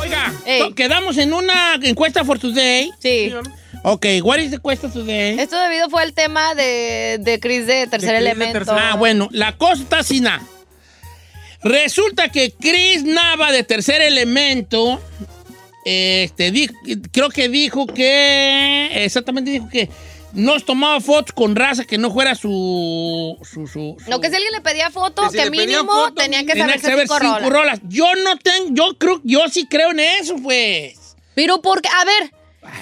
Oiga, Ey. to- quedamos en una encuesta for today. Sí. Ok, what is the question today? Esto debido fue el tema de, de Chris de Tercer Chris de Elemento. Tercer- Ah, bueno, la cosa está así, na. Resulta que Chris Nava de Tercer Elemento, este, di- creo que dijo que, exactamente dijo que no se tomaba fotos con raza que no fuera su... su, su, su- No, que si alguien le pedía foto, Que si que le pedía mínimo foto, tenía que tenía saberse cinco rolas. rolas. Yo no tengo, yo creo, yo sí creo en eso, pues. Pero porque, a ver,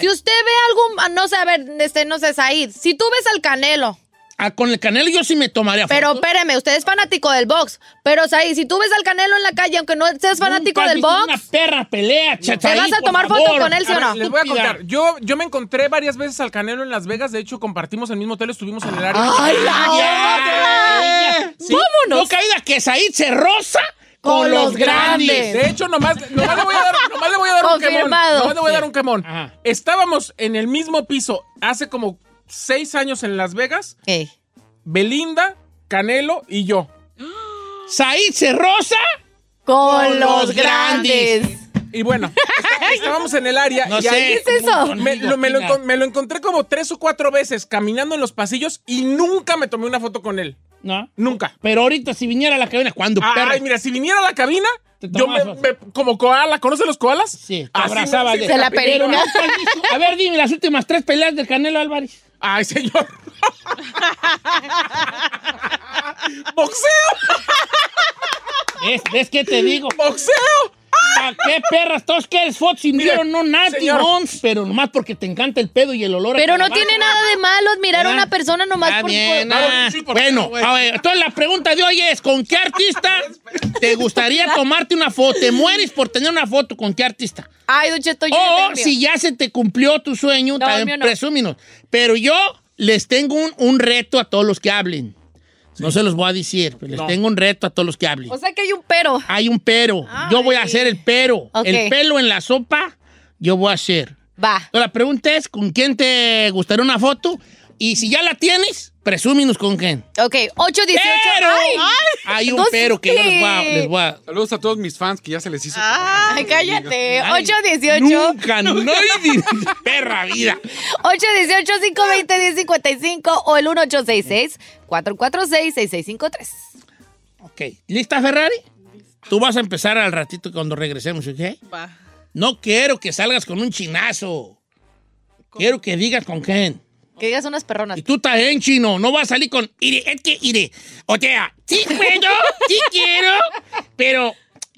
si usted ve algún, ah, no sé, a ver, este, no sé, Said, si tú ves al Canelo, Ah, con el Canelo yo sí me tomaría pero fotos. espéreme, usted es fanático del box, pero Said, si tú ves al Canelo en la calle, aunque no seas fanático Nunca has del visto box, Una perra pelea, ¿te chachaí, vas a por tomar favor. foto con él, sí o A ver, no? Les voy a Estúpida. contar. Yo, yo me encontré varias veces al Canelo en Las Vegas. De hecho, compartimos el mismo hotel, estuvimos en el área. Ah, ¡Ay, la otra! ¡Vámonos! No caída que Said se rosa con, Con los los grandes. grandes. De hecho, nomás, nomás le voy a dar, nomás le voy a dar un quemón. Confirmado. Nomás le voy a dar un quemón. Ajá. Estábamos en el mismo piso hace como seis años en Las Vegas. Ey. Belinda, Canelo y yo. Said se rosa. con los los grandes. Y bueno, está- estábamos en el área. No y sé. ahí- ¿Qué es eso? Me lo, me lo encon- me lo encontré como tres o cuatro veces caminando en los pasillos y nunca me tomé una foto con él. No. Nunca. Pero ahorita si viniera a la cabina, cuando perra? Ay, mira, si viniera a la cabina, Te yo me, tomabas. me- como koala, ¿conocen los koalas? Sí, te Así me- abrazaba. así de- me la pegaba. Pero, pelina. ¿cuál dijo? A ver, dime las últimas tres peleas del Canelo Álvarez. Ay, señor. ¡Boxeo! ¿Ves, ¿Ves qué te digo? ¡Boxeo! ¿Para qué perras? Todos quieres fotos si Mire, vieron no nada, señor. Mons, pero nomás porque te encanta el pedo y el olor. a Pero no calabaza. tiene nada de malo admirar a ¿Verdad? una persona nomás Está por... bien, por- ah. sí, por- Bueno, güey. a ver, entonces la pregunta de hoy es, ¿con qué artista te gustaría tomarte una foto? ¿Te mueres por tener una foto? ¿Con qué artista? Ay, Don Cheto, yo ya O tengo si ya se te cumplió tu sueño, No, el también mío no. presúminos. Pero yo les tengo un, un reto a todos los que hablen. No se los voy a decir, pero les No. tengo un reto a todos los que hablen. O sea que hay un pero. Hay un pero. Yo voy a Ay. hacer el pero. Ok. El pelo en la sopa, yo voy a hacer. Va. Entonces, la pregunta es, ¿con quién te gustaría una foto? Y si ya la tienes, presúminos con quién. Ok, 818. Pero Ay, hay un no pero que yo les voy a... sé. les voy a- Saludos a todos mis fans que ya se les hizo. Ah. Ay, cállate. Ay, 818. Nunca, no hay perra vida. 818-520-1055 o el 1866-446-6653. Ok, ¿lista Ferrari? Tú vas a empezar al ratito cuando regresemos, ¿ok? No quiero que salgas con un chinazo. Quiero que digas con quién. Que digas unas perronas. Y tú estás en chino, no vas a salir con... Ire, es que iré. O sea, sí puedo, sí quiero, pero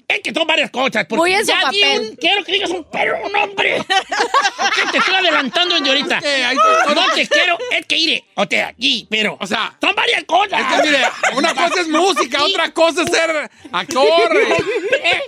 es que son varias cosas. porque Muy en su ya di papel. un- quiero que digas un perro, un hombre. Porque te estoy adelantando desde ahorita. que ahí te- no te quiero, es que iré. O sea, sí, pero... O sea, son varias cosas. Es que mire, una cosa es música, otra cosa es ser actor. Eh,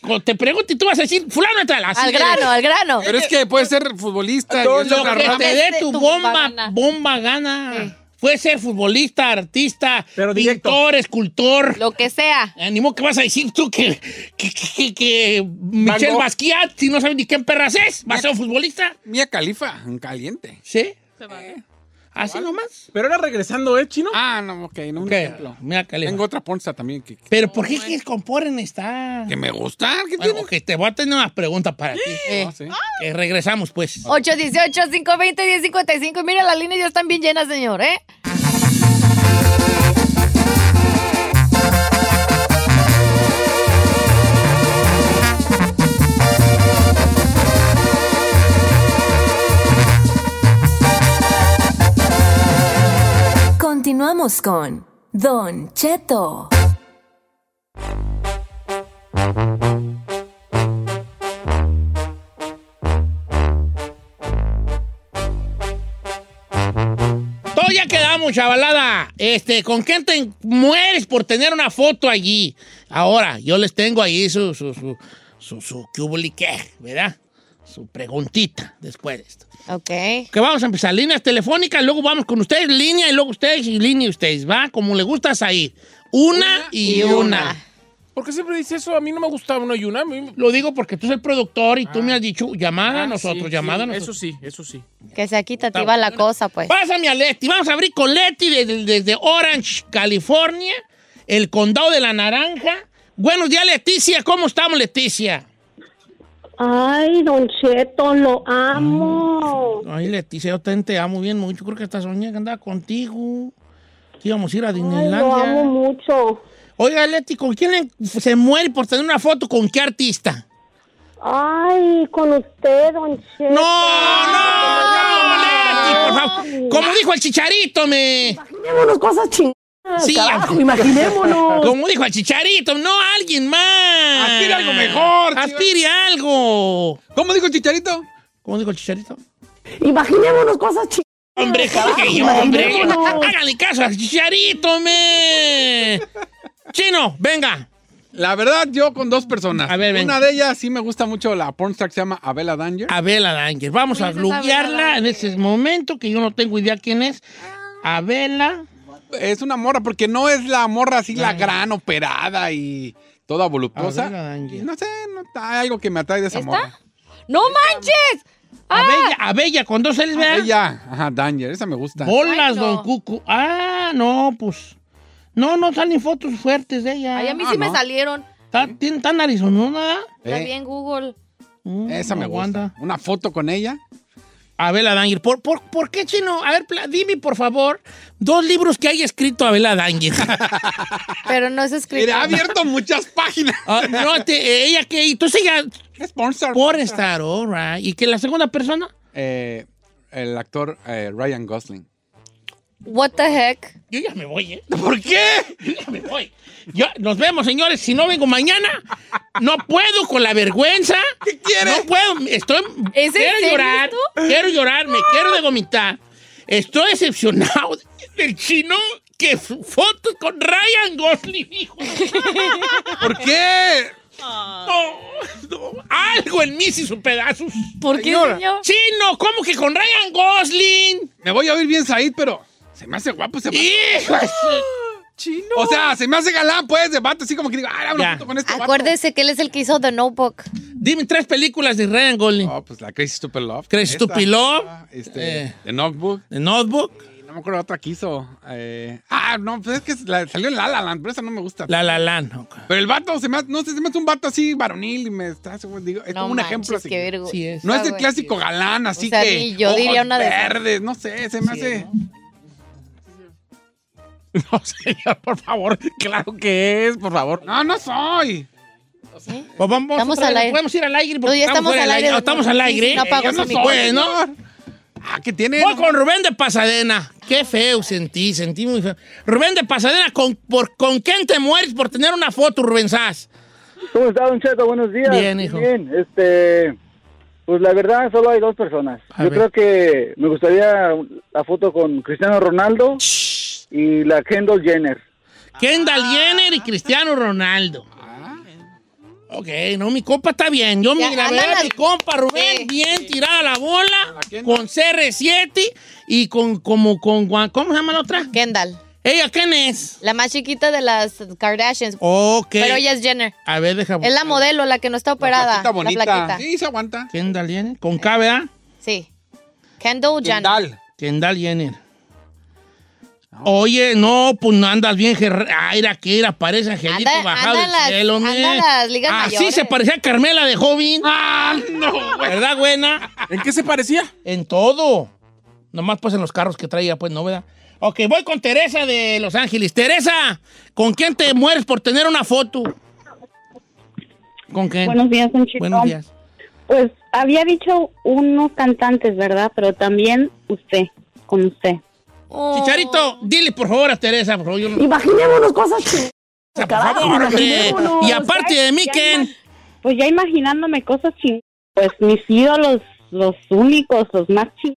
Cuando te pregunto y tú vas a decir, fulano está la Al grano, al grano. Pero es que puede ser futbolista. y es Lo otra que rama. te dé tu Tu bomba, gana. bomba gana. Puede ser futbolista, artista, Pero directo. pintor, escultor. Lo que sea. Animó que vas a decir tú que, que, que, que- que Michelle Gogh. Basquiat, si no sabes ni quién perras es, va a ser un futbolista. Mía Califa, en caliente. ¿Sí? Eh, ¿Así nomás? Pero ahora regresando, ¿eh, chino? Ah, no, ok, no un Ok, ejemplo. Mira, Calema. Tengo otra ponza también que, que Pero ¿por qué que componen está? me gustan. ¿Qué Bueno, tiene? ok, te voy a tener unas preguntas para ti. No sé. Eh, regresamos, pues. 818-520-1055. Y Mira, las líneas ya están bien llenas, señor, ¿eh? Continuamos con Don Cheto. Todo ya quedamos, chavalada. Este, ¿con quién te mueres por tener una foto allí? Ahora, yo les tengo ahí su, su, su, su, su ¿qué hubo y qué, ¿verdad? Su preguntita después de esto. Ok. Que vamos a empezar líneas telefónicas, luego vamos con ustedes, línea y luego ustedes y línea y ustedes, ¿va? Como le gusta salir. Una, y, una. ¿Por qué siempre dice eso? A mí no me gustaba uno y una. a mí- Lo digo porque tú eres el productor y tú me has dicho llamada Ah, a nosotros, sí, llamada a sí, nosotros. Eso sí, eso sí. Que sea quitativa la cosa, pues. Pásame a Leti. Vamos a abrir con Leti desde, desde Orange, California, el condado de la Naranja. Buenos días, Leticia. ¿Cómo estamos, Leticia? Ay, Don Cheto, lo amo. Ay, Leticia, yo también te amo bien mucho. Creo que esta soñé que andaba contigo. Que íbamos a ir a Ay, lo amo Disneylandia. mucho. Oiga, Leti, ¿con quién le- se muere por tener una foto? ¿Con qué artista? Ay, con usted, Don Cheto. ¡No, no, no, Leti, por favor! Como dijo el chicharito, me... Imaginémonos cosas chingadas. Sí, carajo, imaginémonos. Como dijo el chicharito, no alguien más. Aspire algo mejor, Aspire algo. ¿Cómo dijo Chicharito? ¿Cómo dijo el chicharito? Imaginémonos cosas chingadas. Hombre, claro que yo, Ay, hombre. vámonos. Háganle caso al chicharito, me. Chino, venga. La verdad, yo con dos personas. A ver, ven. Una de ellas sí me gusta mucho la pornstar que se llama Abela Danger. Abela Danger. Vamos a Esa es bloquearla Abela en ese momento que yo no tengo idea quién es. Abela. Es una morra, porque no es la morra así, la gran operada y toda voluptuosa. Abela Danger. No sé, no, hay algo que me atrae de esa ¿Esta? morra. ¡No manches! Abella, Abella, con dos L's, ¿verdad? Ella, ajá, Danger, esa me gusta. Bolas, Ay, no. don Cucu. Ah, no, pues. No, no salen fotos fuertes de ella. Ay, a mí Ah, sí me no. salieron. Está- tiene tan arizonona. Mm, Eh, También Google. esa me gusta. aguanta. Una foto con ella. Abela Danger. ¿Por, por, por qué, Chino? A ver, pla- dime, por favor, dos libros que haya escrito Abela Danger. Pero no es escrito. Mira, ha abierto muchas páginas. Ah, no, te- ella que... Entonces ella... Es pornstar. Por estar, all right. ¿Y que la segunda persona? Eh, el actor eh, Ryan Gosling. What the heck? Yo ya me voy, ¿eh? ¿Por qué? Yo ya me voy. Yo- nos vemos, señores. Si no vengo mañana, no puedo con la vergüenza. ¿Qué quieres? No puedo. Estoy... ¿Es en quiero serio llorar. Quiero llorar. Me quiero de vomitar. Estoy decepcionado del chino que f- fotos con Ryan Gosling, hijo. ¿Por qué? Ah. No, no, algo en mí sin sus pedazos. ¿Por qué, Señora. señor? Chino, ¿cómo que con Ryan Gosling? Me voy a oír bien, Said, pero se me hace guapo ese vato. Hijo de su- Chino. O sea, se me hace galán, pues, de vato, así como que digo, ah, Ya. una foto con este vato. Acuérdese que él es el que hizo The Notebook. Dime tres películas de Ryan Gosling. Oh, pues la Crazy Stupid Love. Crazy Esta. Stupid Love. Ah, Este, Eh. The Notebook. The Notebook, Y No me acuerdo otra que hizo. Eh, ah, no, pues es que la- salió en La La Land, pero esa no me gusta. La La Land. ok. Pero el vato, se me hace, no sé, se me hace un vato así varonil y me está, digo, es como un manches, ejemplo así. qué vergüenza. Ah, Sí es. No es el güey. clásico galán, así O sea, que. ni yo diría ojos una de esas. verdes, no sé, se me hace. No, señor, por favor. Claro que es, por favor. No, no soy. Pues vamos Estamos otra al vez, aire. Podemos ir al aire porque No, ya estamos fuera al del aire, No, don estamos Cheto. al aire. Sí, sí, no ¿eh? apagó Ya su no micrófono. puede, ¿no? Ah, ¿qué tiene? Voy con Rubén de Pasadena. Qué feo sentí, sentí muy feo. Rubén de Pasadena, ¿con, por, ¿con quién te mueres por tener una foto, Rubén Sass? ¿Cómo está, Don Cheto? Buenos días. Bien, hijo. Bien, este. Pues la verdad, solo hay dos personas. A Yo ver. creo que me gustaría la foto con Cristiano Ronaldo y la Kendall Jenner. Kendall Ah. Jenner y Cristiano Ronaldo. Ok, no, mi compa está bien. Yo, Ya, mira, andan verdad, al- mi compa Rubén, Sí. bien tirada la bola, Kendall. con CR7 y con, como, con, Juan- ¿cómo se llama la otra? Kendall, ¿Ella quién es? la más chiquita de las Kardashians. Ok. Pero ella es Jenner. A ver, deja. Es la modelo, la que no está operada. Está La bonita. flaquita. Sí, se aguanta. Kendall Jenner. Con K, ¿verdad? Sí. Kendall Jenner. Dal. Kendall Jenner. Oye, no, pues no andas bien, Ger- ay, era que era, parece angelito Anda- bajado anda del las- cielo, ¿no? anda las ligas Así mayores. se parecía a Carmela de joven. ¡Ah, no! güey! ¿Verdad, buena? ¿En qué se parecía? En todo. Nomás pues en los carros que traía, pues, ¿no, verdad? Ok, voy con Teresa de Los Ángeles. Teresa, ¿con quién te mueres por tener una foto? ¿Con quién? Buenos días, Don Cheto. Buenos días. Pues había dicho unos cantantes, ¿verdad? Pero también usted, con usted. Chicharito, dile por favor a Teresa, por favor. yo no- Oh. Imaginémonos cosas que... Teresa, por favor, hombre. Y aparte de mí, ¿quién? Pues ya imaginándome cosas ching... Pues mis ídolos, los únicos, los más ching...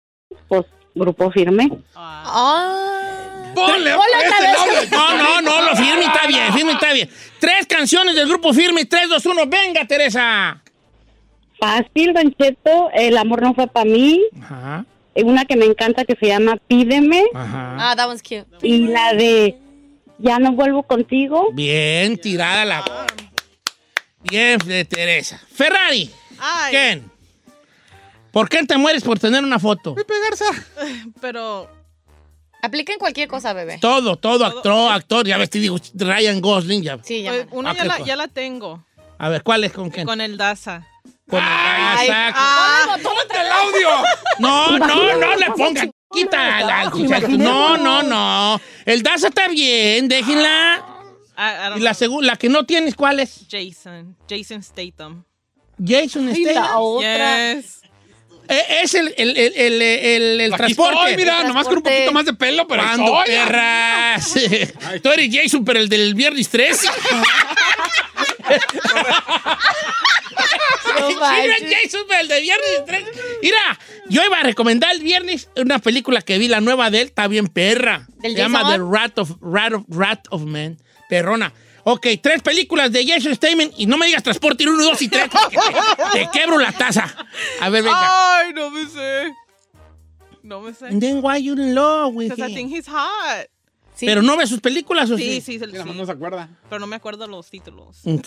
Pues grupo firme. Ah. ¡Ponle! Ponle pues, otra el vez. audio. No, no, no, lo firme y está bien, firme y está bien. Tres canciones del grupo firme, 3, 2, 1, venga, Teresa. Fácil, Don Cheto. El amor no fue para mí. Ajá, Una que me encanta que se llama Pídeme. ajá. Ah, that one's cute. Y la de Ya no vuelvo contigo. Bien, tirada la. Bien, de Teresa. Ferrari, Ay, ¿quién? ¿Por qué te mueres por tener una foto? pero Apliquen cualquier cosa, bebé. Todo, todo, actor, actor. Ya ves, te digo, Ryan Gosling. Ya. Sí, ya. eh, mana. una Ah, ya qué la, cosa. ya la tengo A ver, ¿cuál es con quién? con el Daza. Con el- Ah, exacto. Ah, ¡El audio! No, no, no le ponga. Quita la No, no, no. El Daza está bien, déjenla. Ah, I- I don't Y la, know. segu- la que no tienes, ¿cuál es? Jason, Jason Statham. Jason Statham. Yes. Eh, es el, el, el, el, el- el Aquí transporte. estoy, mira, nomás con un poquito más de pelo, pues, pero Cuando ando, perras. Tú eres Jason, pero el del viernes 13. No Sí, manches. no es Jason, pero el del viernes 13. Mira, yo iba a recomendar el viernes una película que vi, la nueva de él, está bien perra. Se ¿Del llama The Jason? Rat of, Rat of, Rat of Man. Perrona. Ok, tres películas de Jason Statham y no me digas transporte 1, 2 y 3. Te, te quebro la taza. A ver, venga. Ay, no me sé. No me sé. And then why you in love with Because I him? think he's hot. Sí. Pero no ve sus películas, ¿o Sí, sí, sí, Mira, sí. no se acuerda. Pero no me acuerdo los títulos. Ok.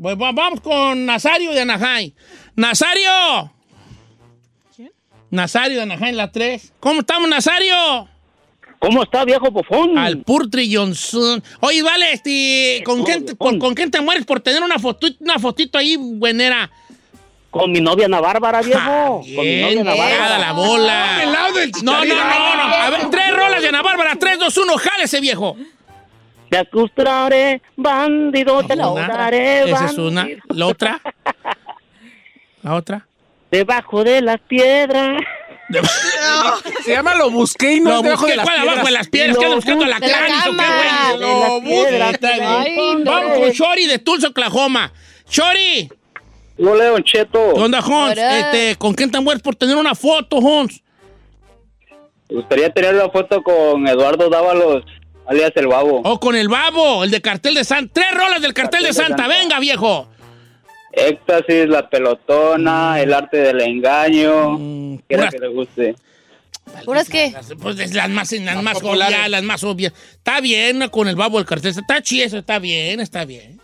Pues va- vamos con Nazario de Anaheim. ¡Nazario! ¿Quién? Nazario de Anaheim, la 3. ¿Cómo estamos, Nazario? ¿Cómo está, viejo bofón? Al Purtri Johnson. Oye, vale, este, ¿con, Todo quién, te- bien. con, con quién te mueres por tener una, foto, una fotito ahí buenera? Con mi novia Ana Bárbara, viejo. Con mi novia Ah, Bien, Ana pegada Bárbara. la bola. El audio del No, no, no, chicharito. no. A ver, tres rolas de Ana Bárbara. 3, 2, 1, jálese, viejo. Te acusaré, bandido, te Una. eh, lauraré, Esa es una. bandido. La otra. La otra. Debajo de las piedras. Se llama Lo Busqué y no Lo es debajo busqué, de las ¿cuál? piedras. abajo de las piedras? Lo ¿Qué ando buscando? ¿La busqué en la Clarice o qué, cama. güey? De las piedras, Está bien. Ay, no. Vamos con Shori de Tulsa, Oklahoma. Shori, Yo leo, Cheto. ¿qué onda, Hons? Hola. Este, ¿Con quién te mueres por tener una foto, Hons? Me gustaría tener la foto con Eduardo Dávalos, alias El Babo. O con el babo, el de cartel de Santa. Tres rolas del cartel de Santa. Venga, viejo. Éxtasis, La Pelotona, El Arte del Engaño. Mm, Quiera puras- que le guste. ¿Puras qué? Pues es las más, las más populares. obvias, las más obvias. Está bien ¿no? con el babo del cartel. Está chido, eso, está bien, está bien.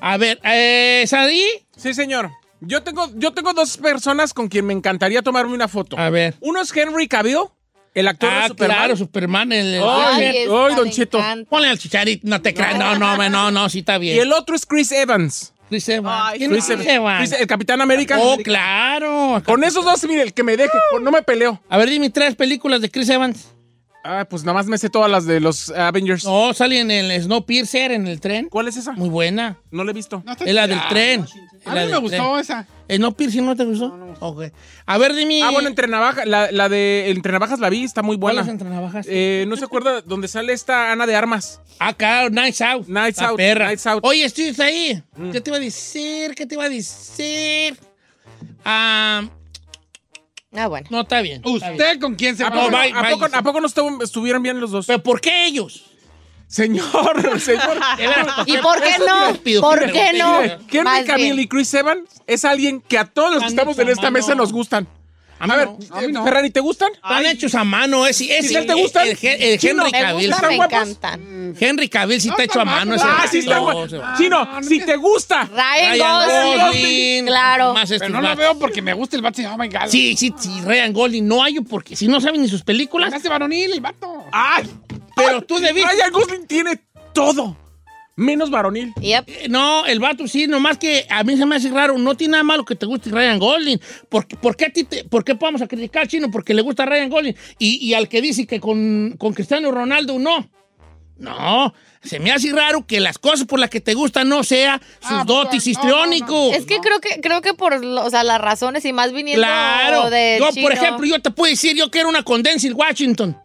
A ver, eh, ¿Sadí? Sí, señor. Yo tengo, yo tengo dos personas con quien me encantaría tomarme una foto. A ver. Uno es Henry Cavill, el actor Ah, de Superman. claro, Superman. El, el- Ay, Ay, ay, esta Don me Cheto. encanta. Ponle al chicharito, no te creas. No, no, no, no, no, sí está Y bien. el otro es Chris Evans. Chris Evans. Ay, ¿Quién Chris es Evans. Chris Evans? Chris- el Capitán América. Oh, claro. Con esos dos, mire, el que me deje, por- no me peleo. A ver, dime tres películas de Chris Evans. Ah, pues nada más me sé todas las de los Avengers. No, sale en el Snowpiercer, en el tren. ¿Cuál es esa? Muy buena. No la he visto. No, está Es la del chida. tren. Es A la mí me del gustó esa. tren. ¿El Snowpiercer no te gustó? Ok. A ver, dime. Ah, bueno, entre navajas, la, la de entre navajas la vi, está muy ¿Cuál buena. es entre navajas? Eh, no se acuerda dónde sale esta Ana de Armas. Ah, claro, Nights Out. Nights La Out, Perra. Nights Out. Mm. Oye, estoy ahí. ¿Qué te iba a decir? ¿Qué te iba a decir? Ah, Ah, bueno. no, está bien. está bien. Ah, ¿Usted con quién se ¿A No, poco, muere? va- bye, ¿a bye. poco- a poco no estuvo- estuvieron bien los dos? ¿Pero por qué ellos? Señor, señor. De veras, ¿Y por qué eso no? te pido que ¿Por me qué no? preguntes. Henry Más Cavill y bien. Chris Evans es alguien que a todos los que Están estamos en hechos a esta mano. mesa nos gustan. A mí A ver, no. Ah, A mí no. Ferrari, ¿te gustan? Están hechos a mano. eh, Es, es, ¿Sí te gustan? El, el- el Chino, Henry Me Cavill. gustan, me guapos? encantan. Henry Cavill sí está hecho a mano. ese Ah, sí, está no, bueno. se va. Chino, si te gusta. Ryan Ryan Gosling. Gosling. Claro. Más este estos Pero no lo vatos. veo porque me gusta el vato. y, Oh my god. Sí, sí, sí, Ryan Gosling. No hay porque si no saben ni sus películas. Ah, Nace varonil el vato. ¡Ay! Pero tú debiste. Ryan Gosling tiene todo, menos varonil. Eh, No, el vato sí, nomás que a mí se me hace raro. No tiene nada malo que te guste Ryan Golding. ¿Por, qué- por qué, a ti te- por qué vamos a criticar al chino? Porque le gusta Ryan Golding. Y, y al que dice que con, con Cristiano Ronaldo no. No, se me hace raro que las cosas por las que te gustan no sea sus Ah, dotis pues, histriónicos. Es que creo que creo que por lo- o sea, las razones y más viniendo Claro. de yo, chino. por ejemplo, yo te puedo decir, yo quiero una condensa en Washington.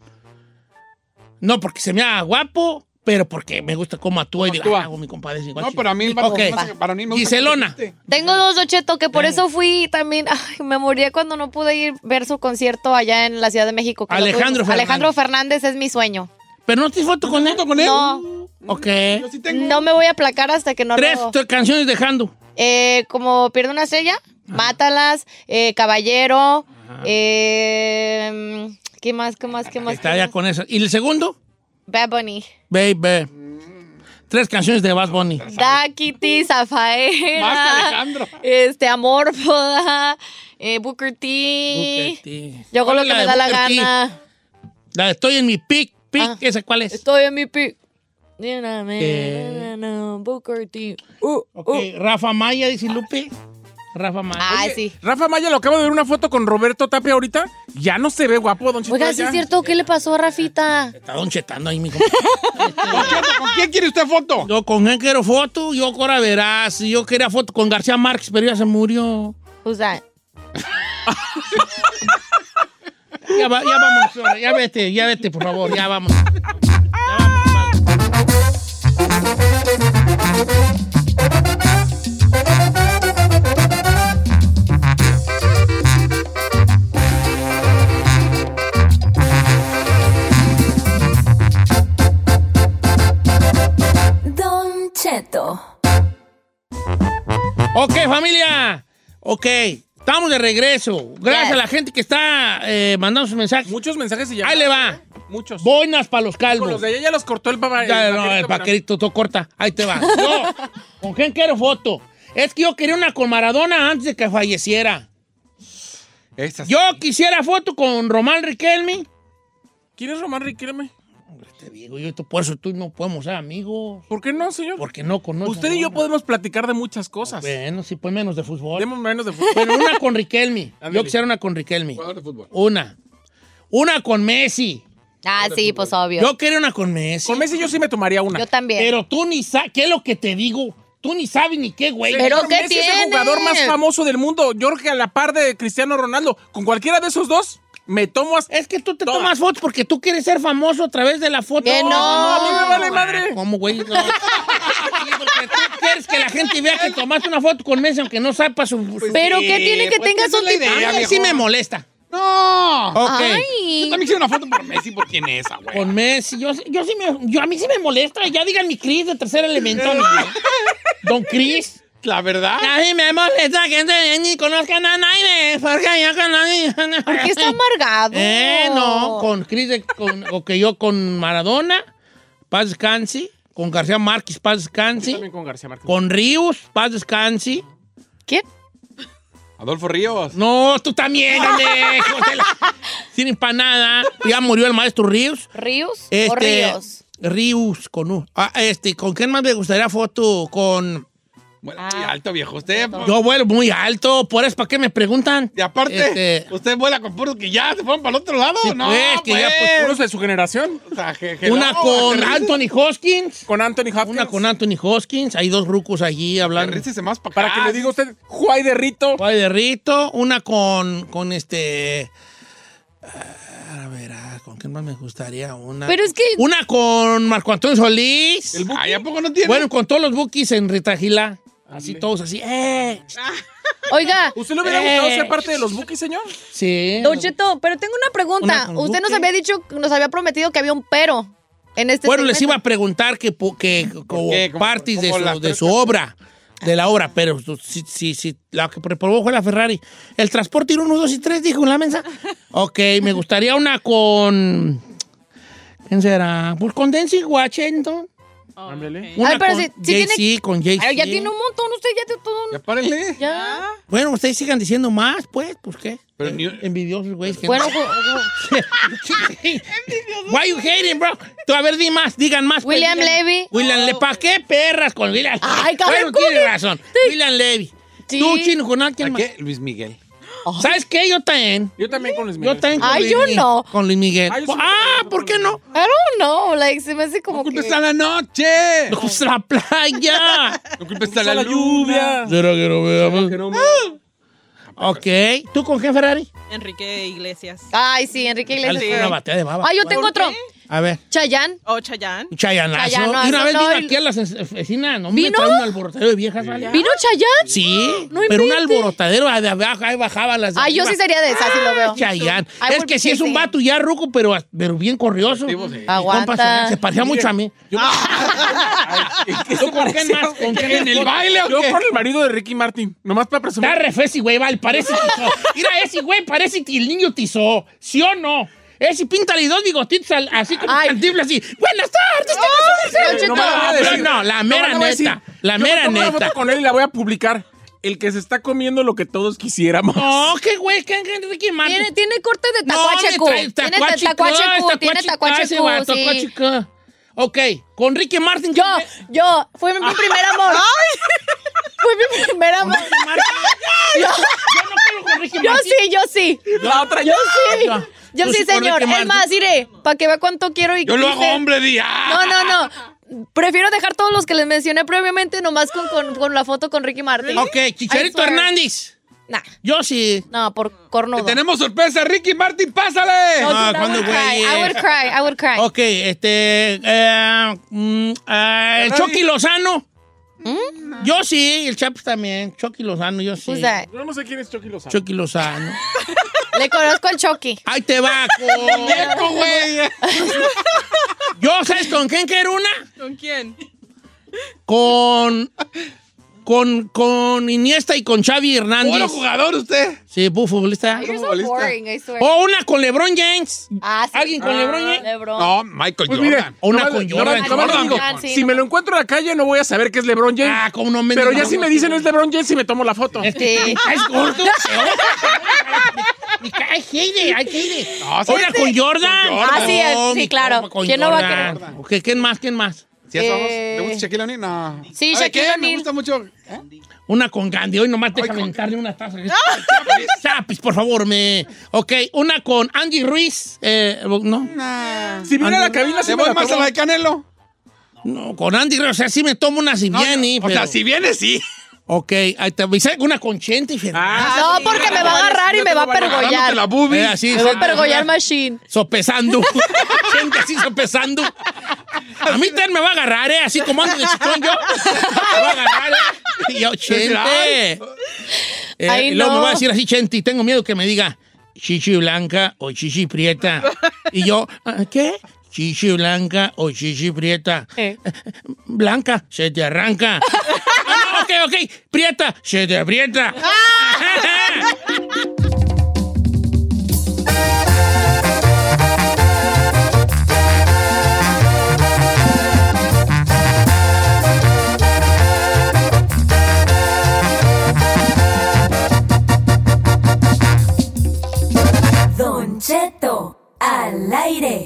No porque se me haga guapo, pero porque me gusta cómo actúa y digo, actúa. ah, hago mi compadre sin No, pero a mí el vato Ok. se me hace- para mí me gusta. Giselona. Tengo dos, Docheto, que por eso fui también. Ay, me moría cuando no pude ir ver su concierto allá en la Ciudad de México. que lo Alejandro tuvimos. Alejandro Fernández es mi sueño. Pero no tienes foto con él. con No, Ok. no me voy a aplacar hasta que no Tres lo- t- canciones dejando. Eh, como pierde una estrella, mátalas, eh, caballero, eh, ¿qué más, qué más, qué más? Está qué ya más? con eso. ¿Y el segundo? Bad Bunny. Baby. Tres canciones de Bad Bunny. Da Kitty, Zafaera. Más que Alejandro. Este, Amorfoda, eh, Booker T. Booker T. Yo hago ¿Cuál lo que es la me de da la Booker T? gana. Ah. La de Estoy en mi pick, pick, ¿esa cuál es? Estoy en mi pick. You know me, Eh. na, na, na, Booker T. Ok, uh. Rafa Maya, dice Lupe. Rafa Maya. Ay, Oye, Ah, sí. Eh, Rafa Maya lo acabo de ver una foto con Roberto Tapia ahorita. Ya no se ve guapo, pues don Chito. Oiga, sí ya. es cierto, ¿qué le pasó a Rafita? Está don Chetando ahí, mijo. ¿Con quién quiere usted foto? Yo con él quiero foto, yo ahora verás. Yo quería foto con García Márquez, pero ya se murió. Who's that? Ya, va- ya vamos, ahora, ya vete, ya vete, por favor, ya vamos. Ya vamos. Don Cheto. Ok, familia. Ok, estamos de regreso. Gracias Yes. a la gente que está eh, mandando sus mensajes. Muchos mensajes y ya. Ahí le va. Muchos. Boinas para los Con calvos. los de allá ya los cortó el papá. Ya, no, el paquerito, todo corta. Ahí te va. Yo, ¿con quién quiero foto? Es que yo quería una con Maradona antes de que falleciera. Esa sí. Yo quisiera foto con Román Riquelme. ¿Quién es Román Riquelme? Te digo, yo por eso tú y no podemos ser amigos. ¿Por qué no, señor? Porque no conozco. Usted y yo podemos platicar de muchas cosas. Bueno, sí, pues menos de fútbol. Demos menos de fútbol. Pero una con Riquelme. Ándale. Yo quisiera una con Riquelme. Jugador de fútbol. Una. Una con Messi. Ah, sí, pues obvio. Yo, Yo quería una con Messi. Con Messi yo sí me tomaría una. también. Pero tú ni sabes, ¿qué es lo que te digo? Tú ni sabes ni qué, güey. Pero- Señor, ¿qué Messi es tiene? el jugador más famoso del mundo. Jorge a la par de Cristiano Ronaldo. Con cualquiera de esos dos, me tomo hasta... Es que tú te Todas. tomas fotos porque tú quieres ser famoso a través de la foto. Ah, Que no. a mí me vale madre. ¿Cómo, güey? No. Sí, porque tú quieres que la gente vea que tomaste una foto con Messi aunque no sepa su... su- Pero Pues Sí, ¿qué tiene que pues, tengas esa un es la tipo? idea, A mí sí viejo. me molesta. ¡No! Oh, Ok. Yo Ay. también quiero una foto por Messi, por quién es, ah, esa, güey. Con Messi, yo, yo sí me, yo a mí sí me molesta. Ya digan mi Cris de tercer elemento. amigo. Don Cris. La verdad. A mí me molesta que ustedes ni conozcan a nadie. Porque yo con nadie. ¿Por qué está amargado? Eh, no, con Cris, de- con, o que yo con Maradona, paz descanse. Con García Márquez, paz descanse. También con García Márquez. Con Ríos, paz descanse. ¿Quién? Adolfo Ríos. No, tú también, dale, hijo de la- Sin empanada. Ya murió el maestro Ríos. ¿Ríos o Este, Ríos? Ríos, con U. Ah, este, ¿con quién más me gustaría foto? Con... Bueno, muy alto, viejo. Usted. pues, Yo vuelo muy alto, por eso, ¿para qué me preguntan? Y aparte, Este, usted vuela con puros que ya se fueron para el otro lado. Sí, no, Pues, pues, que ya, eh. pues, Puros de su generación. O sea, que- que una no, con aterrice- Anthony Hoskins. Con Anthony Hopkins. Una con Anthony Hoskins. Hay dos rucos allí hablando. aterrícese más para Para que le diga a usted, Juay de Rito. Guay de Rito. Una con, con este... A ver, ah, ¿con quién más me gustaría? Una, Pero es que- una con Marco Antonio Solís. Ay, ¿a poco no tiene? Bueno, con todos los bookies en Ritagila. Así todos así. ¡Eh! Oiga, ¿Usted le hubiera Eh. gustado ser parte de los Bookies, señor? Sí. Don Cheto, pero tengo una Una pregunta. con Usted nos Duque. había dicho, nos había prometido que había un pero en este Bueno, les iba segmento. a preguntar que, po- que como qué? Como- partes de como su, las de tres su obra, de la obra, pero su- si, si, si- la que probó fue la Ferrari. El transporte ir 1, 2 y 3, dijo en la mesa. ok, me gustaría una con... ¿Quién será? Pues con Denzel Washington. Ándale. Una Oh, Ay, pero con si- si tiene- Jay-Z, con Jay-Z. Ay, ya tiene un montón, usted ya tiene todo. un- Ya párale. Ya. Ah. Bueno, ustedes sigan diciendo más, pues, pues qué. Pero ni- Envidiosos, güey. Bueno, pues, Gente. Why you hating, bro? Tú, a ver, di más, digan más. pues, William digan. Levy. William Levy. ¿Para qué perras con William? Ay, cabrón, bueno, ¿cómo tiene que- razón. Sí. William Levy. Sí. Oh. Tú, chino, con ¿A alguien más. qué? Luis Miguel. ¿Sabes qué? Yo también. Yo también con Luis Miguel. Yo también con Ay, Luis yo Miguel. no. Con Luis Miguel. Ay, yo sí me ah, conozco ¿por con qué no? I don't know, like, se me hace como que... ¡Culpa está la noche! No gusta la playa. ¡No culpa está Está la la lluvia! lluvia. ¿Será que no veamos? Que no me- Ok. ¿Tú con qué, Ferrari? Enrique Iglesias. Ay, sí, Enrique Dale, Iglesias. Sí. Una batea de baba. Ay, yo tengo ¿Por otro. qué? A ver. Chayán. O Chayanne. Un chayanazo. Chayanazo, y una vez no, vino el- aquí a las es- oficinas. No me ¿Vino? trae un alborotadero de viejas, ¿vale? ¿Vino Chayán? Sí, No pero un inventes. alborotadero ahí de abajo, ahí bajaban las de Ay, yo arriba. Ah, sí sería de esa, si lo veo. Chayanne. I Es would que be sí es un chasing. vato ya ruco, pero, pero bien corrioso. Sí, pues, sí. Mi Aguanta. compa se, se parecía mucho a mí. Yo- ¿Tú con quién más? ¿Con quién ¿En el baile Yo por el marido de Ricky Martin. Nomás para presumir. Está re feo ese güey, vale, parece tizó. Mira, ese güey parece que el niño tizó. ¿Sí o no? Ese píntale dos bigotitos al- así como Ay. cantifla así. Buenas tardes, ¿qué pasó, Marcelo?" Pero Chito. no me lo voy a No, pero decir. no, la No me mera lo voy a neta. decir. La Yo me mera tomo una neta. foto con él y la voy a publicar. El que se está comiendo lo que todos quisiéramos. No, qué güey, qué Enrique Martin. Tiene, tiene corte de No, tacuache me Q. trae Tiene tacuache de tacuache Q, Q, tiene tacuache ese Q, vato, sí. tacuache Q. Ok, con Ricky Martin. Yo, ¿con qué? yo, fue Ah. mi primer amor. Fue mi primer amor. Yo no quiero con Ricky Yo Martin. sí, yo sí. La otra yo Sí. Yo- Yo tú sí, sí con señor. Ricky Es Martin. más, iré, para que vea cuánto quiero y Yo lo hago quise. hombre, di. ah. No, no, no. Prefiero dejar todos los que les mencioné previamente nomás con, con, con la foto con Ricky Martin. Ok, Chicharito I swear. Hernández. Nah, Yo sí. no, por cornudo. ¡Tenemos sorpresa, Ricky Martin! ¡Pásale! No, dude, Ah, I ¿cuándo, would cry, güey? I would cry, I would cry. Ok, este. eh, mm, eh, el Chucky Lozano. ¿Mm? Yo sí, el Chaps también. Chucky Lozano, yo sí. Who's that? Yo no sé quién es Chucky Lozano. Chucky Lozano. Le conozco al Chucky. Ahí te va, ¡Eco, con- güey! Yo, ¿sabes con quién quiero una? ¿Con quién? Con. Con, con Iniesta y con Xavi ¡Puro Hernández. jugador usted! Sí, bu- futbolista. You're so futbolista. boring, I swear. O una con LeBron James. Ah, sí. ¿Alguien con LeBron James? LeBron. No, Michael Pues mire, Jordan. O una nomás- con nomás- Jordan. nomás le Jordan, digo, Jordan, sí, si no. me lo encuentro en la calle no voy a saber que es LeBron James. Ah, como no me pero ya no, si no, me dicen es LeBron James y me tomo la foto. Es que Sí. es gordo. Me cae Heide, hay Heide. No, Ah, sí. Este, Hola, con Jordan. Con Jordan. Ah, sí, No, sí, mi claro. compa, con ¿Quién no va a Jordan. querer? Ok, ¿quién más? ¿Quién más? ¿Sí a todos? Eh. ¿Le gusta Shaquille O'Neal? No. Sí, ¿Sabe Shaquille qué? Me O'Neal. gusta mucho. ¿eh? Una con Gandhi. Hoy nomás déjame aventarle una taza. Ah. Chapis, por favor, me. Ok, una con Andy Ruiz. Eh, no, Nah. Si viene a la cabina Le sí me voy la más a tomo. la de Canelo. no, con Andy Ruiz. O sea, sí me tomo una si No, viene. o pero- sea, si viene, sí. Ok, ahí te avisé. Una con Chente y Fernández. Ah, No, porque me va a agarrar y me va a Agarrándote la pergollar. boobie. Eh, así, Me va a exacto. pergollar Machine. sopesando. Gente así sopesando. A mí también me va a agarrar, ¿eh? Así como ando de chistón yo. Me va a agarrar, ¿eh? Y Yo, chente. Eh, Pues Ay, y luego me no. va a decir así, chente, y tengo miedo que me diga chichi blanca o chichi prieta. Y yo, ¿ah, ¿qué? Chichi blanca o chichi prieta. Eh. Blanca, se te arranca. Ah, no, ok, ok. Prieta, se te aprieta. Don Cheto, al aire.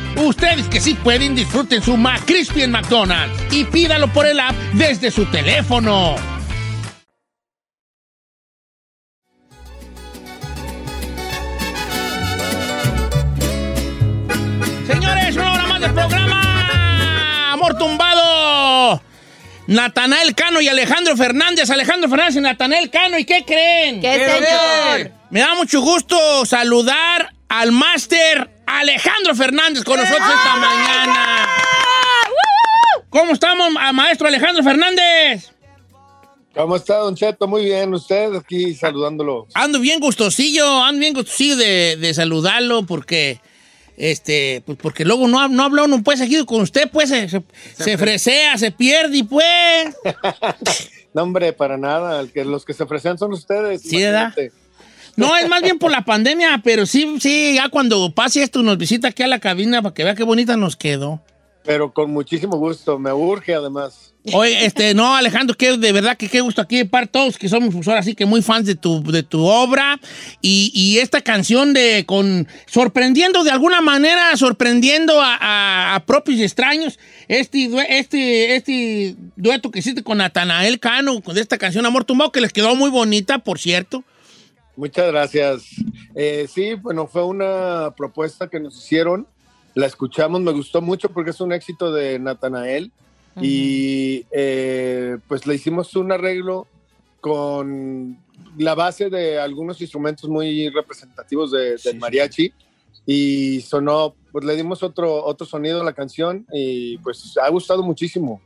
Ustedes que sí pueden, disfruten su McCrispy en McDonald's y pídalo por el app desde su teléfono. Señores, una hora más del programa. Amor tumbado. Natanael Cano y Alejandro Fernández. Alejandro Fernández y Natanael Cano. ¿Y qué creen? ¿Qué, señor? Me da mucho gusto saludar al máster Alejandro Fernández con nosotros esta mañana. ¿Cómo estamos, a maestro Alejandro Fernández? ¿Cómo está, Don Cheto? Muy bien, usted aquí saludándolo. Ando bien gustosillo, ando bien gustosillo de, de saludarlo porque, este, pues porque luego no, ha- no habla uno pues seguido con usted, pues se, se, se fresea, se pierde y pues. No, hombre, para nada. el que- los que se ofrecen son ustedes. Sí, ¿verdad? imagínate. No, es más bien por la pandemia, pero sí, sí, ya cuando pase esto nos visita aquí a la cabina para que vea qué bonita nos quedó. Pero con muchísimo gusto. Me urge, además. Oye, este, no, Alejandro, que de verdad que qué gusto aquí de par todos que somos pues, ahora sí que muy fans de tu, de tu obra y, y esta canción de con sorprendiendo de alguna manera, sorprendiendo a, a- a propios y extraños, este, due- este, este dueto que hiciste con Natanael Cano, con esta canción Amor Tumbado, que les quedó muy bonita, por cierto. Muchas gracias. Eh, sí, bueno, fue una propuesta que nos hicieron. La escuchamos, me gustó mucho porque es un éxito de Natanael. Y eh, pues le hicimos un arreglo con la base de algunos instrumentos muy representativos de- del mariachi. Y sonó, pues le dimos otro, otro sonido a la canción y pues ha gustado muchísimo.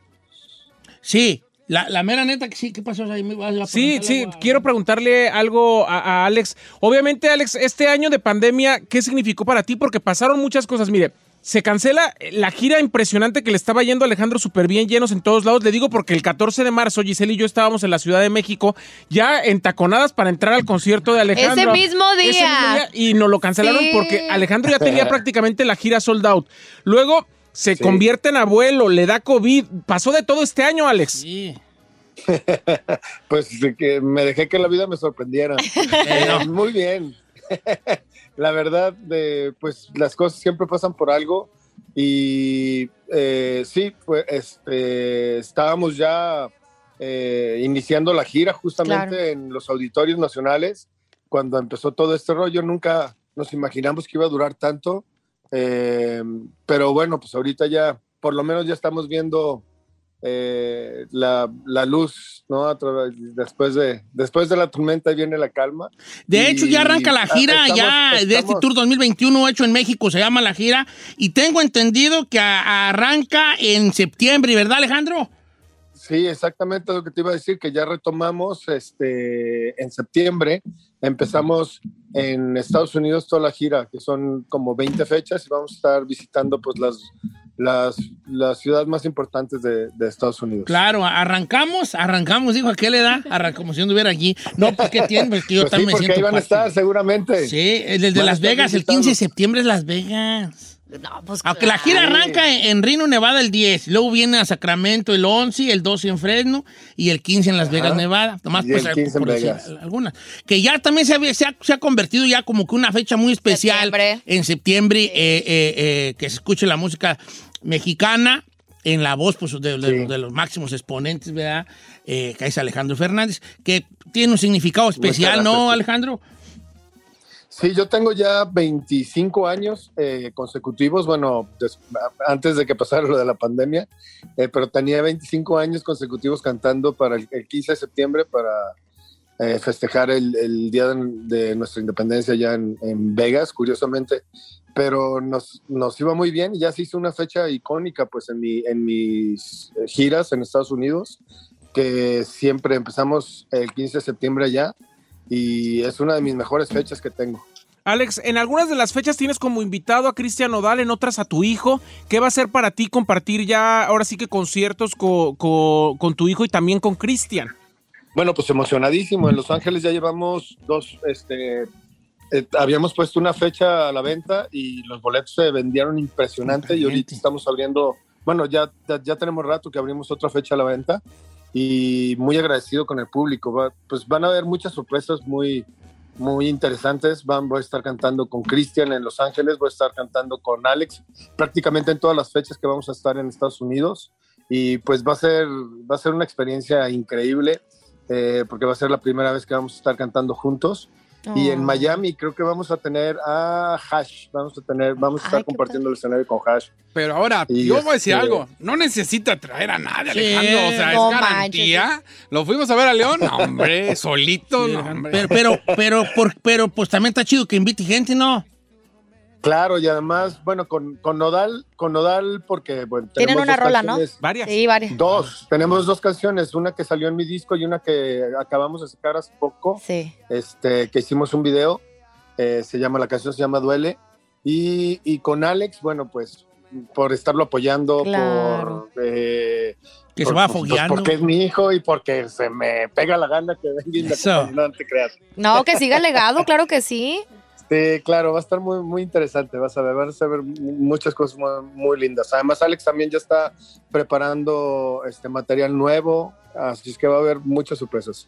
Sí, la, la mera neta que sí, ¿qué pasó? ahí? Me vas a Sí, preguntar sí, algo a- quiero preguntarle algo a, a Alex. Obviamente, Alex, este año de pandemia, ¿qué significó para ti? Porque pasaron muchas cosas. Mire, se cancela eh, la gira impresionante que le estaba yendo a Alejandro súper bien, llenos en todos lados. Le digo porque el 14 de marzo, Giselle y yo estábamos en la Ciudad de México, ya entaconadas para entrar al concierto de Ese Alejandro. mismo día. y nos lo cancelaron Sí. porque Alejandro ya tenía prácticamente la gira sold out. Luego se convierte en abuelo, le da COVID. Pasó de todo este año, Alex. Pues de que me dejé que la vida me sorprendiera. Eh, Muy bien. la verdad, de, pues las cosas siempre pasan por algo. Y eh, sí, pues este, estábamos ya eh, iniciando la gira justamente Claro. en los auditorios nacionales. Cuando empezó todo este rollo, nunca nos imaginamos que iba a durar tanto. Eh, pero bueno, pues ahorita ya, por lo menos ya estamos viendo eh, la, la luz, ¿no? A través- después, de, después de la tormenta viene la calma. De hecho, ya arranca la gira Estamos- ya de este estamos- Tour 2021 hecho en México, se llama la gira. Y tengo entendido que a- arranca en septiembre, ¿verdad, Alejandro? Sí, exactamente lo que te iba a decir, que ya retomamos este, en septiembre. Empezamos en Estados Unidos toda la gira, que son como 20 fechas, y vamos a estar visitando pues las, las, las ciudades más importantes de, de Estados Unidos. Claro, a- arrancamos, arrancamos, dijo, ¿a qué le da? Arran- como si anduviera aquí. No, porque tiene, pues, que yo Pues sí, también me porque siento ahí van a parte. estar seguramente. Sí, el de Van a Las estar Vegas, el 15 de septiembre es Las Vegas. Aunque la gira arranca en, en Reno, Nevada el 10, luego viene a Sacramento el 11, el 12 en Fresno y el 15 en Las Vegas, Nevada. Nomás Y pues, el 15 en por decir Vegas. algunas. Que ya también se, había- se ha, se ha convertido ya como que una fecha muy especial en septiembre, eh, eh, eh, que se escuche la música mexicana. en la voz pues, de, de- de los máximos exponentes, ¿verdad? Eh, que es Alejandro Fernández, que tiene un significado especial, gracias, ¿no, sí. Alejandro? Sí, yo tengo ya 25 años eh, consecutivos, bueno, des- a- antes de que pasara lo de la pandemia, eh, pero tenía 25 años consecutivos cantando para el, el 15 de septiembre para eh, festejar el, el día de, de nuestra independencia allá en, en Vegas, curiosamente. Pero nos, nos iba muy bien y ya se hizo una fecha icónica pues en, mi, en mis eh, giras en Estados Unidos, que siempre empezamos el 15 de septiembre allá y es una de mis mejores fechas que tengo. Alex, en algunas de las fechas tienes como invitado a Cristian Odal, en otras a tu hijo. ¿Qué va a ser para ti compartir ya ahora sí que conciertos co- co- con tu hijo y también con Cristian? Bueno, pues emocionadísimo. En Los Ángeles ya llevamos dos, este, eh, habíamos puesto una fecha a la venta y los boletos se vendieron impresionante y ahorita estamos abriendo, bueno, ya, ya, ya tenemos rato que abrimos otra fecha a la venta y muy agradecido con el público. Va- pues van a haber muchas sorpresas muy, muy interesantes. Van, voy a estar cantando con Cristian en Los Ángeles, voy a estar cantando con Alex, prácticamente en todas las fechas que vamos a estar en Estados Unidos. Y pues va a ser, va a ser una experiencia increíble, eh, porque va a ser la primera vez que vamos a estar cantando juntos. Y en Oh. Miami creo que vamos a tener a Hash, vamos a tener, vamos a estar compartiendo el escenario con Hash. Pero ahora, Y yo voy a decir este- algo. No necesita traer a nadie, Sí, Alejandro. O sea, no es garantía. Lo fuimos a ver a León. No, hombre, solito. no, Pero, hombre. pero, pero, por- pero, pues también está chido que invite gente, ¿no? Claro, y además, bueno, con, con Nodal, con Nodal, porque bueno, Tienen tenemos una dos rola, ¿no? canciones- Varias. Sí, varias. Dos, tenemos dos canciones, una que salió en mi disco y una que acabamos de sacar hace poco, este, que hicimos un video, eh, se llama, la canción se llama Duele, y, y con Alex, bueno, pues por estarlo apoyando, Claro. por... eh, Que se por- va pues, fogueando. porque es mi hijo y porque se me pega la gana que venga y me Eso. acompañe, no te creas. No, que siga el legado, claro que sí. Sí, claro, va a estar muy, muy interesante, vas a ver, vas a ver muchas cosas muy, muy lindas. Además, Alex también ya está preparando este material nuevo, así es que va a haber muchas sorpresas.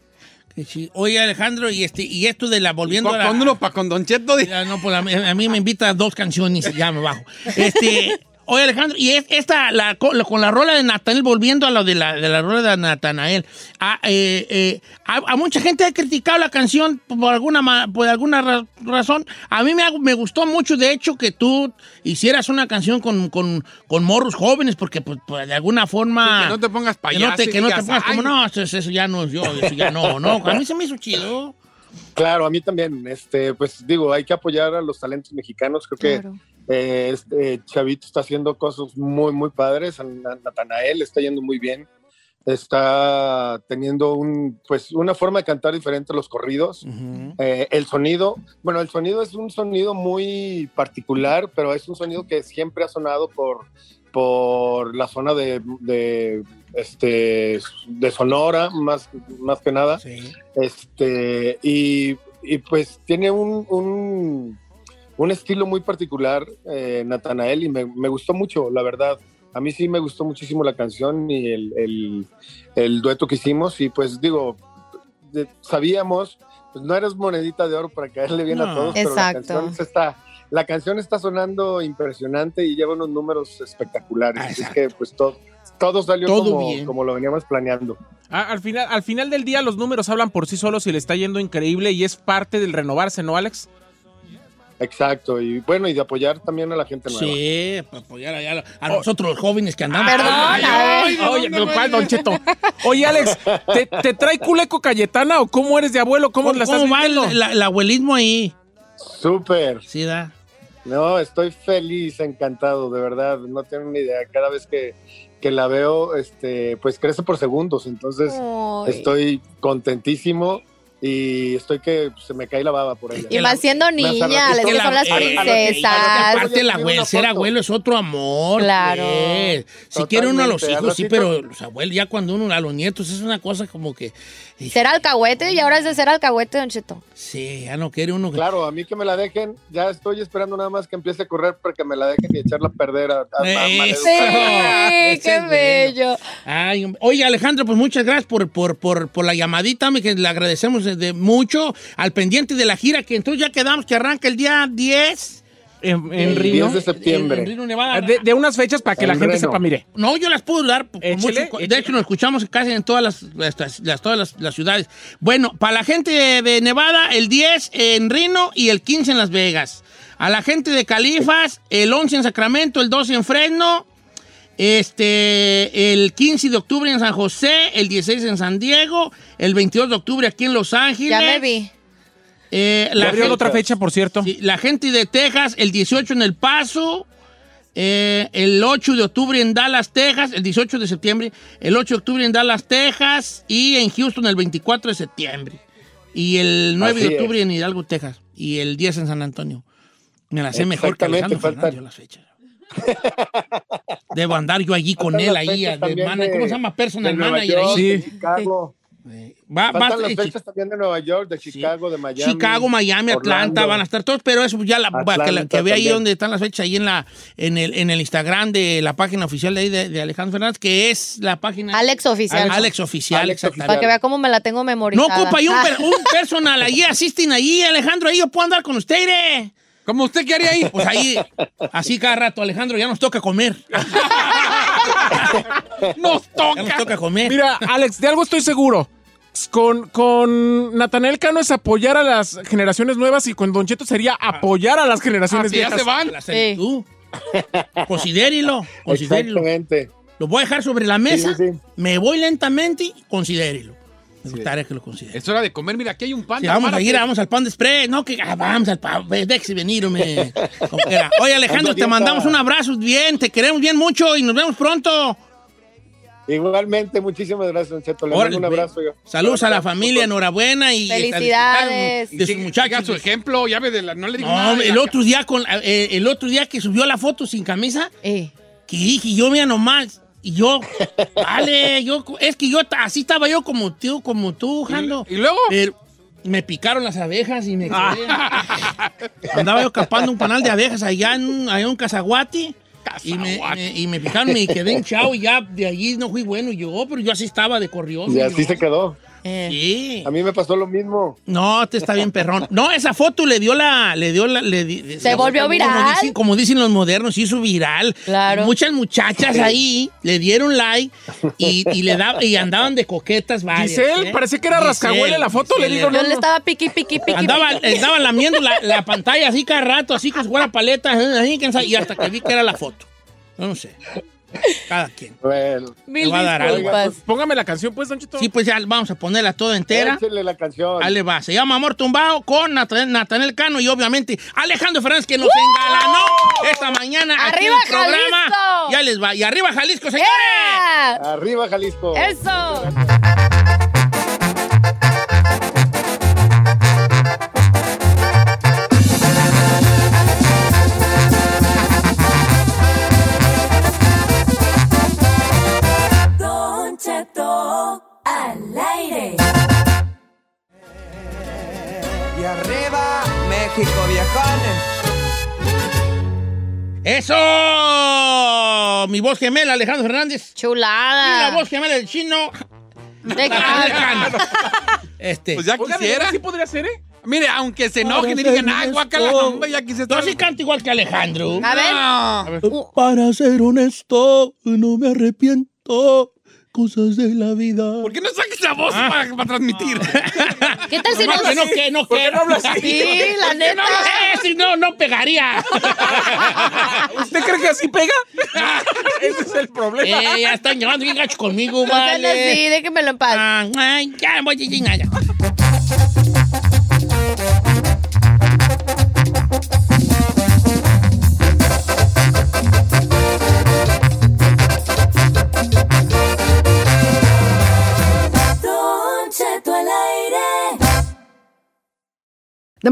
Que sí. Oye, Alejandro, y, este, y esto de la volviendo a la... ¿Cuándo para con Don Cheto? Ya, no, pues a mí, a mí me invita dos canciones y ya me bajo. Este, oye, Alejandro, y es- esta, la, co- la- con la rola de Natanael, volviendo a lo de la, de la rola de Natanael, a, eh, eh, a- a mucha gente ha criticado la canción por alguna, ma- por alguna ra- razón. A mí me, ha- me gustó mucho, de hecho, que tú hicieras una canción con, con, con morros jóvenes, porque pues, pues, de alguna forma... "Ah, Sí, que no te pongas Que no payaso te, y que no te digas, pongas como, "Ay". no, eso, eso ya no es yo, eso ya no, no. A mí se me hizo chido. Claro, a mí también, este, pues digo, hay que apoyar a los talentos mexicanos, creo que eh, este, Chavito está haciendo cosas muy, muy padres, a Na- Natanael está yendo muy bien, está teniendo un, pues, una forma de cantar diferente a los corridos. Eh, el sonido, bueno, el sonido es un sonido muy particular, pero es un sonido que siempre ha sonado por, por la zona de, de, este, de Sonora, más, más que nada. Este, y, y pues tiene un, un, un estilo muy particular, eh, Natanael, y me, me gustó mucho, la verdad. A mí sí me gustó muchísimo la canción y el, el- el dueto que hicimos, y pues digo, de- sabíamos, pues no eres monedita de oro para caerle bien No. a todos, Exacto. pero la canción se está, la canción está sonando impresionante y lleva unos números espectaculares. así Es que pues todo, todo salió Ah, Todo como, bien. como lo veníamos planeando. A- al, final, al final del día los números hablan por sí solos y le está yendo increíble y es parte del renovarse, ¿no, Alex? Exacto, y bueno, y de apoyar también a la gente nueva. Sí, pues, para apoyar a, a- a Oh. nosotros los jóvenes que andamos. Perdón, Ay, a ay, ver. ay, Oye, ¿de dónde ¿cuál, voy? Don Cheto? Oye, Alex, ¿te, te trae culeco Cayetana o cómo eres de abuelo? ¿Cómo, la estás ¿Cómo va el, viviendo? la- el abuelismo ahí? Súper. Sí, da. No, estoy feliz, encantado, de verdad. No tienen ni idea. Cada vez que, que la veo, este, pues crece por segundos. Entonces Ay. Pues, estoy contentísimo y estoy que se me cae la baba por ella. Y más siendo niña, Es Ah, les que son la- las eh, a lo que- a lo que princesas. Aparte, el abuelo, ser abuelo es otro amor. Claro. pues. Si quiere uno a los Totalmente, hijos, sí, Rosita. pero los abuelos, ya cuando uno a los nietos, es una cosa como que, Ser alcahuete y ahora es de ser alcahuete, Don Cheto. sí, ya no quiere uno. que- Claro, a mí que me la dejen, ya estoy esperando nada más que empiece a correr para que me la dejen y echarla a perder a, a- a- a- Eso. Sí, Ese qué es bueno. bello. Ay, hombre. oye, Alejandro, pues muchas gracias por, por, por, por la llamadita, mi que le agradecemos de mucho al pendiente de la gira, que entonces ya quedamos que arranca el día 10 en, en El Reno. 10 de septiembre. En Reno, Nevada. Ah, De, de unas fechas para que En la gente Reno. sepa, mire. No, yo las puedo dar. por- por Échele, mucho- de hecho, nos escuchamos casi en todas las, las- las- todas las, las ciudades. Bueno, para la gente de, de Nevada, el 10 en Reno y el 15 en Las Vegas. A la gente de Califas, el 11 en Sacramento, el 12 en Fresno, este, el 15 de octubre en San José, el 16 en San Diego, el 22 de octubre aquí en Los Ángeles. Ya me vi. Eh, Ya abrieron otra fecha, por cierto. Sí, la gente de Texas, el 18 en El Paso, eh, el 8 de octubre en Dallas, Texas, el 18 de septiembre, el 8 de octubre en Dallas, Texas, y en Houston el 24 de septiembre, y el 9 Así de es. octubre en Hidalgo, Texas, y el 10 en San Antonio. Me la sé mejor que Exactamente, Alejandro faltan- Fernández, yo las fechas. Debo andar yo allí con Faltan él, las ahí, fechas de también mana- ¿cómo de- se llama? Personal de Nueva manager. York, ahí. de Chicago. Va- va- Faltan las eh, fechas también de Nueva York, de Chicago, de Miami. Chicago, Miami, Atlanta, Orlando. van a estar todos, pero eso ya la, Atlanta que, la- que vea ahí también. donde están las fechas, ahí en la en el, en el Instagram de la página oficial de ahí de, de Alejandro Fernández, que es la página Alex Oficial. Alex, Oficial, exactamente. Para que vea cómo me la tengo No, memorizada. compa, hay un, Ah. per- un personal allí, asisten allí, Alejandro, ahí yo puedo andar con usted, ¿eh? ¿Cómo usted qué haría ahí? Pues ahí, así cada rato, Alejandro, ya nos toca comer. Nos toca. nos toca comer. Mira, Alex, de algo estoy seguro. Con, con Natanael Cano es apoyar a las generaciones nuevas y con Don Cheto sería apoyar a las generaciones Así Ah, ya viejas. se van. La solitud. Considérelo, considérelo. Exactamente. Lo voy a dejar sobre la mesa. Sí, sí, sí. Me voy lentamente y considérelo. Me gustaría que lo considere. Es hora de comer, mira, aquí hay un pan. Sí, vamos a amárrate. ir, vamos al pan de spray. No, que ah, vamos al pan. ve, Dex y venir, hombre. Como quiera. Oye, Alejandro, Ando te dieta. mandamos un abrazo bien. Te queremos bien mucho y nos vemos pronto. Igualmente, muchísimas gracias, Don Cheto. Le Órale, mando un güey. abrazo. Yo. Saludos a la familia, enhorabuena y Felicidades. de sus Siga muchachos. su ejemplo, ya ve, de la- no le digo nada. No, de el la- otro día con eh, el otro día que subió la foto sin camisa, eh, que dije yo mira nomás y yo, vale, yo es que yo ta- así estaba yo como tú, como tú, Jando. ¿Y luego? Pero me picaron las abejas y me quedé. andaba yo capando un panal de abejas allá en un, allá en un cazaguate. Y me, me- y me picaron, me quedé hinchado y ya de allí no fui bueno yo, pero yo así estaba de corrioso. Y así yo. se quedó. eh. Sí. A mí me pasó lo mismo. No, este está bien perrón. No, esa foto le dio la... Le dio la le di- Se volvió como viral. dicen- como dicen los modernos, hizo viral. Claro. Y Muchas muchachas ahí le dieron like y, y le da- y andaban de coquetas varias. Giselle, ¿eh? parecía que era Giselle, rascahuele la foto, le Giselle. digo, no, Yo le estaba piqui, piqui, piqui. Andaba, piqui. andaba lamiendo la, la pantalla así cada rato, así con su buena paleta, eh, ahí, quién sabe, y hasta que vi que era la foto. No sé. Cada quien. Bueno. Mil le va a dar algo. disculpas. Póngame la canción, pues, Don Cheto. Sí, pues ya vamos a ponerla toda entera. Échale la canción. Ahí le va. Se llama Amor Tumbado con Natan- Natanel Cano y obviamente Alejandro Fernández que nos engalanó esta mañana aquí en ¡Arriba, el programa. Jalisco! Ya les va. Y arriba Jalisco, señores. ¡Yeah! Arriba, Jalisco. ¡Eso! Don Cheto al aire. Y arriba, México, viejones. Eso. Mi voz gemela, Alejandro Fernández. Y la Chulada. voz gemela del chino. De- Natanel Ah. Cano. Este. Pues ya Oiga, de verdad quisiera. sí podría ser, ¿eh? Mire, aunque se enojen y digan, ah, guacala, Oh. no, hombre, ya Yo quisiera. sí canto igual que Alejandro. A ver. No. uh. Para ser honesto, no me arrepiento. Cosas de la vida. ¿Por qué no saques la voz Ah. para, transmitir? ¿Qué tal si No, nos... que no, que no, que no hablas Sí, la neta. Eh, si no, no pegaría. ¿Usted cree que así pega? Ah. Ese es el problema. Eh, ya están llevando bien gacho conmigo, No sean vale. así, déjenmelo en paz. Ah, ay, ya voy a chingar, ya. Don Cheto al aire. The